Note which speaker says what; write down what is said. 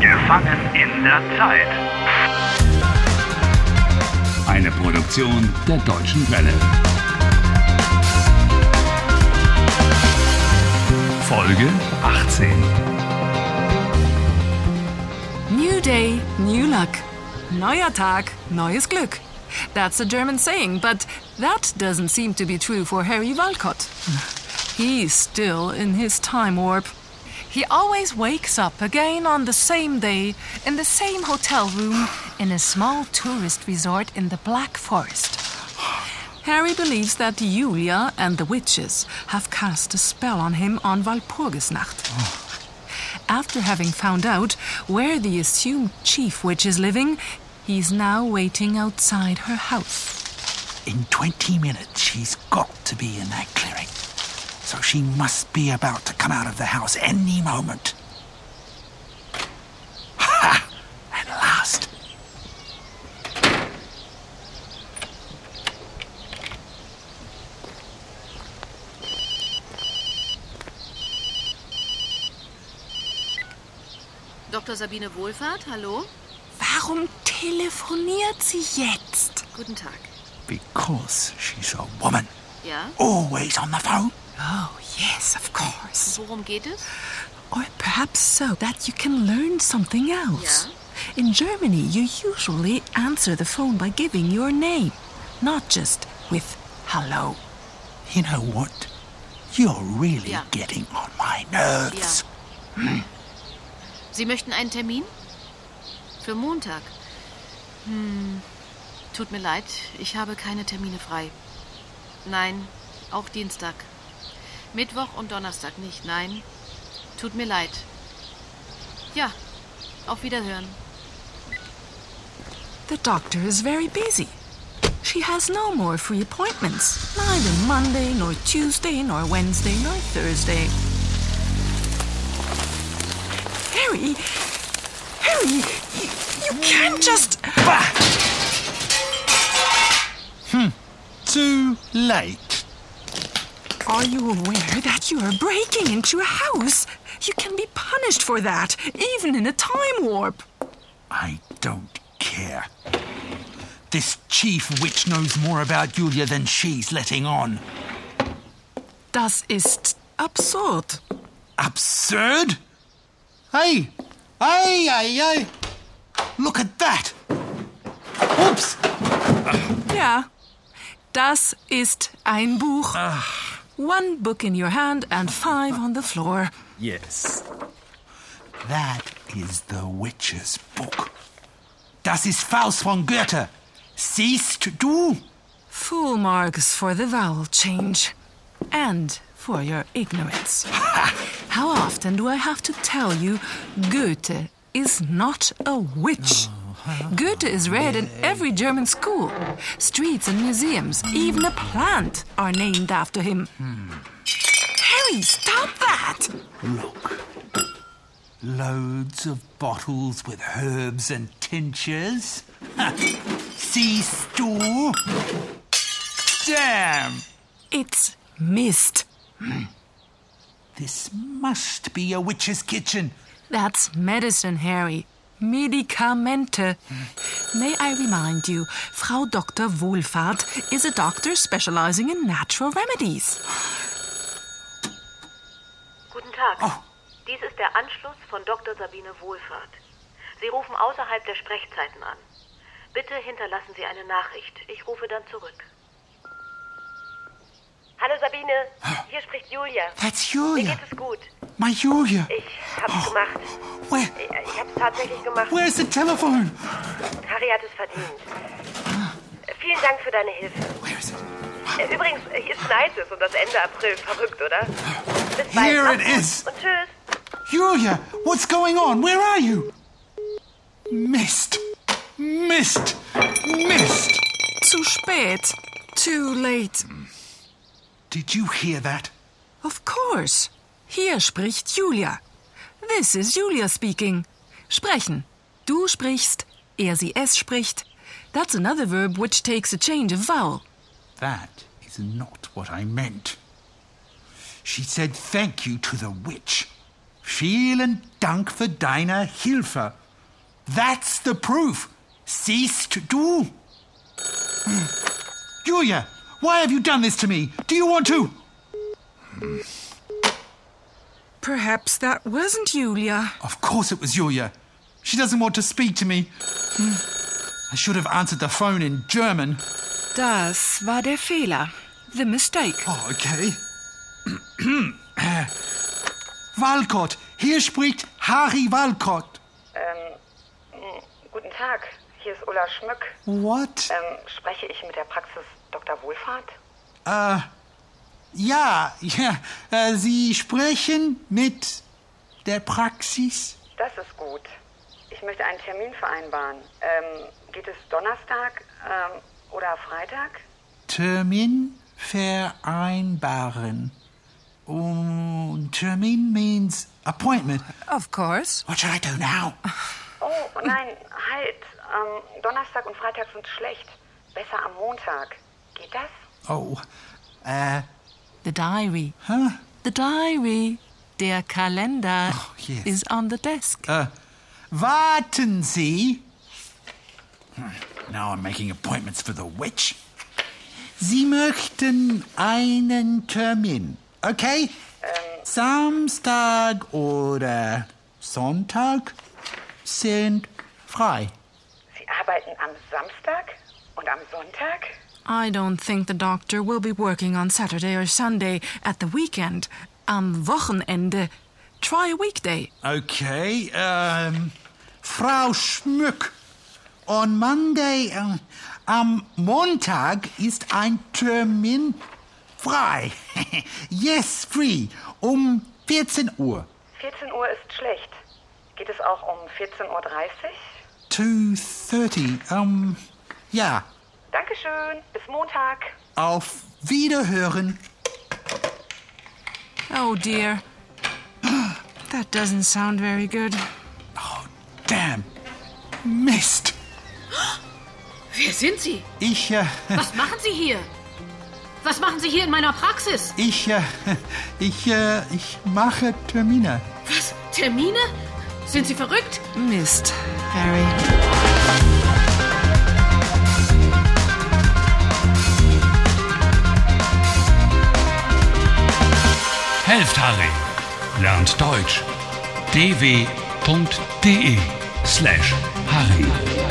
Speaker 1: Gefangen in der Zeit.
Speaker 2: Eine Produktion der Deutschen Welle. Folge 18.
Speaker 3: New day, new luck. Neuer Tag, neues Glück. That's a German saying, but that doesn't seem to be true for Harry Walcott. He's still in his time warp. He always wakes up again on the same day, in the same hotel room, in a small tourist resort in the Black Forest. Harry believes that Julia and the witches have cast a spell on him on Walpurgisnacht. After having found out where the assumed chief witch is living, he is now waiting outside her house.
Speaker 4: In 20 minutes, she's got to be in that clearing. So she must be about to come out of the house any moment. Ha! At last.
Speaker 5: Dr. Sabine Wohlfahrt, hallo?
Speaker 3: Warum telefoniert sie jetzt?
Speaker 5: Guten Tag.
Speaker 4: Because she's a woman.
Speaker 5: Ja?
Speaker 4: Oh. Always on the phone.
Speaker 3: Oh, yes, of course.
Speaker 5: Worum geht es?
Speaker 3: Or perhaps so that you can learn something else. In Germany, you usually answer the phone by giving your name, not just with hello.
Speaker 4: You know what? You're really
Speaker 5: Yeah.
Speaker 4: getting on my nerves.
Speaker 5: Hm. Sie möchten einen Termin? Für Montag. Hm. Tut mir leid, ich habe keine Termine frei. Nein, auch Dienstag. Mittwoch und Donnerstag nicht, nein. Tut mir leid. Ja, auf Wiederhören.
Speaker 3: The doctor is very busy. She has no more free appointments, neither Monday, nor Tuesday, nor Wednesday, nor Thursday. Harry! Harry! You, you can't just.
Speaker 4: Too late.
Speaker 3: Are you aware that you are breaking into a house? You can be punished for that, even in a time warp.
Speaker 4: I don't care. This chief witch knows more about Julia than she's letting on.
Speaker 3: Das ist absurd.
Speaker 4: Absurd? Hey! Hey, hey, hey! Look at that! Oops!
Speaker 3: Ja, das ist ein Buch. One book in your hand and five on the floor.
Speaker 4: Yes. That is the witch's book. Das ist Faust von Goethe. Siehst du?
Speaker 3: Full marks for the vowel change. And for your ignorance. How often do I have to tell you Goethe is not a witch? Goethe is read in every German school. Streets and museums, even a plant, are named after him. Harry, stop that!
Speaker 4: Look. Loads of bottles with herbs and tinctures. Ha. Siehst du? Damn!
Speaker 3: It's missed.
Speaker 4: This must be a witch's kitchen.
Speaker 3: That's medicine, Harry. Medikamente. May I remind you, Frau Dr. Wohlfahrt is a doctor specializing in natural remedies.
Speaker 6: Guten Tag.
Speaker 4: Oh.
Speaker 6: Dies ist der Anschluss von Dr. Sabine Wohlfahrt. Sie rufen außerhalb der Sprechzeiten an. Bitte hinterlassen Sie eine Nachricht. Ich rufe dann zurück. Hallo Sabine, hier spricht Julia.
Speaker 4: That's
Speaker 6: Mir
Speaker 4: Julia. Oh.
Speaker 6: geht es gut.
Speaker 4: My Julia.
Speaker 6: Ich hab's gemacht.
Speaker 4: Where?
Speaker 6: Ich, ich hab's tatsächlich gemacht.
Speaker 4: Where's the telephone?
Speaker 6: Harry hat es verdient.
Speaker 4: Ah.
Speaker 6: Vielen Dank für deine Hilfe.
Speaker 4: Where is it?
Speaker 6: Äh, Übrigens, äh, hier schneit es und das Ende April. Verrückt, oder? Bis bald.
Speaker 4: Here
Speaker 6: Mach's
Speaker 4: it
Speaker 6: gut
Speaker 4: is.
Speaker 6: Und tschüss.
Speaker 4: Julia, what's going on? Where are you? Missed. Missed. Missed.
Speaker 3: Too spät. Too late.
Speaker 4: Did you hear that?
Speaker 3: Of course. Hier spricht Julia. This is Julia speaking. Sprechen. Du sprichst, er sie es spricht. That's another verb which takes a change of vowel.
Speaker 4: That is not what I meant. She said thank you to the witch. Vielen Dank für deine Hilfe. That's the proof. Siehst du? Hm. Julia, why have you done this to me? Do you want to?
Speaker 3: Perhaps that wasn't Julia.
Speaker 4: Of course it was Julia. She doesn't want to speak to me. Hm. I should have answered the phone in German.
Speaker 3: Das war der Fehler. The mistake.
Speaker 4: Oh, okay. Walcott, hier spricht Harry Walcott.
Speaker 1: Ähm, m, guten Tag, hier ist Ulla Schmück.
Speaker 4: What?
Speaker 1: Ähm, spreche ich mit der Praxis Dr. Wohlfahrt?
Speaker 4: Äh, ja, ja. Äh, Sie sprechen mit der Praxis?
Speaker 1: Das ist gut. Ich möchte einen Termin vereinbaren. Ähm, geht es Donnerstag ähm, oder Freitag?
Speaker 4: Termin vereinbaren. Um, Termin means appointment.
Speaker 3: Of course.
Speaker 4: What should I do now?
Speaker 1: Oh, nein, halt. Ähm, Donnerstag und Freitag sind schlecht. Besser am Montag. Geht das?
Speaker 4: Oh, äh,
Speaker 3: The diary.
Speaker 4: huh?
Speaker 3: The diary. Der Kalender
Speaker 4: Oh, yes.
Speaker 3: is on the desk.
Speaker 4: Uh, warten Sie. Hm, Now I'm making appointments for the witch. Sie möchten einen Termin, okay? Samstag oder Sonntag sind frei.
Speaker 1: Sie arbeiten am Samstag und am Sonntag?
Speaker 3: I don't think the doctor will be working on Saturday or Sunday at the weekend. Am Wochenende. Try a weekday.
Speaker 4: Okay, ähm, Frau Schmück, on Monday, ähm, am Montag ist ein Termin frei. yes, free, um 14 Uhr.
Speaker 1: 14 Uhr ist schlecht. Geht es auch um 14.30 Uhr?
Speaker 4: 2.30 Uhr, ähm, ja,
Speaker 1: Dankeschön, bis Montag.
Speaker 4: auf Wiederhören.
Speaker 3: Oh dear. that doesn't sound very good.
Speaker 4: Damn, Mist.
Speaker 5: Wer sind Sie?
Speaker 4: Ich, äh,
Speaker 5: Was machen Sie hier? Was machen Sie hier in meiner Praxis?
Speaker 4: ich, äh, ich, äh, ich mache Termine.
Speaker 5: Was? Termine? Sind Sie verrückt?
Speaker 3: Missed, Harry.
Speaker 2: Helft Harry. Lernt Deutsch. dw.de slash Harry.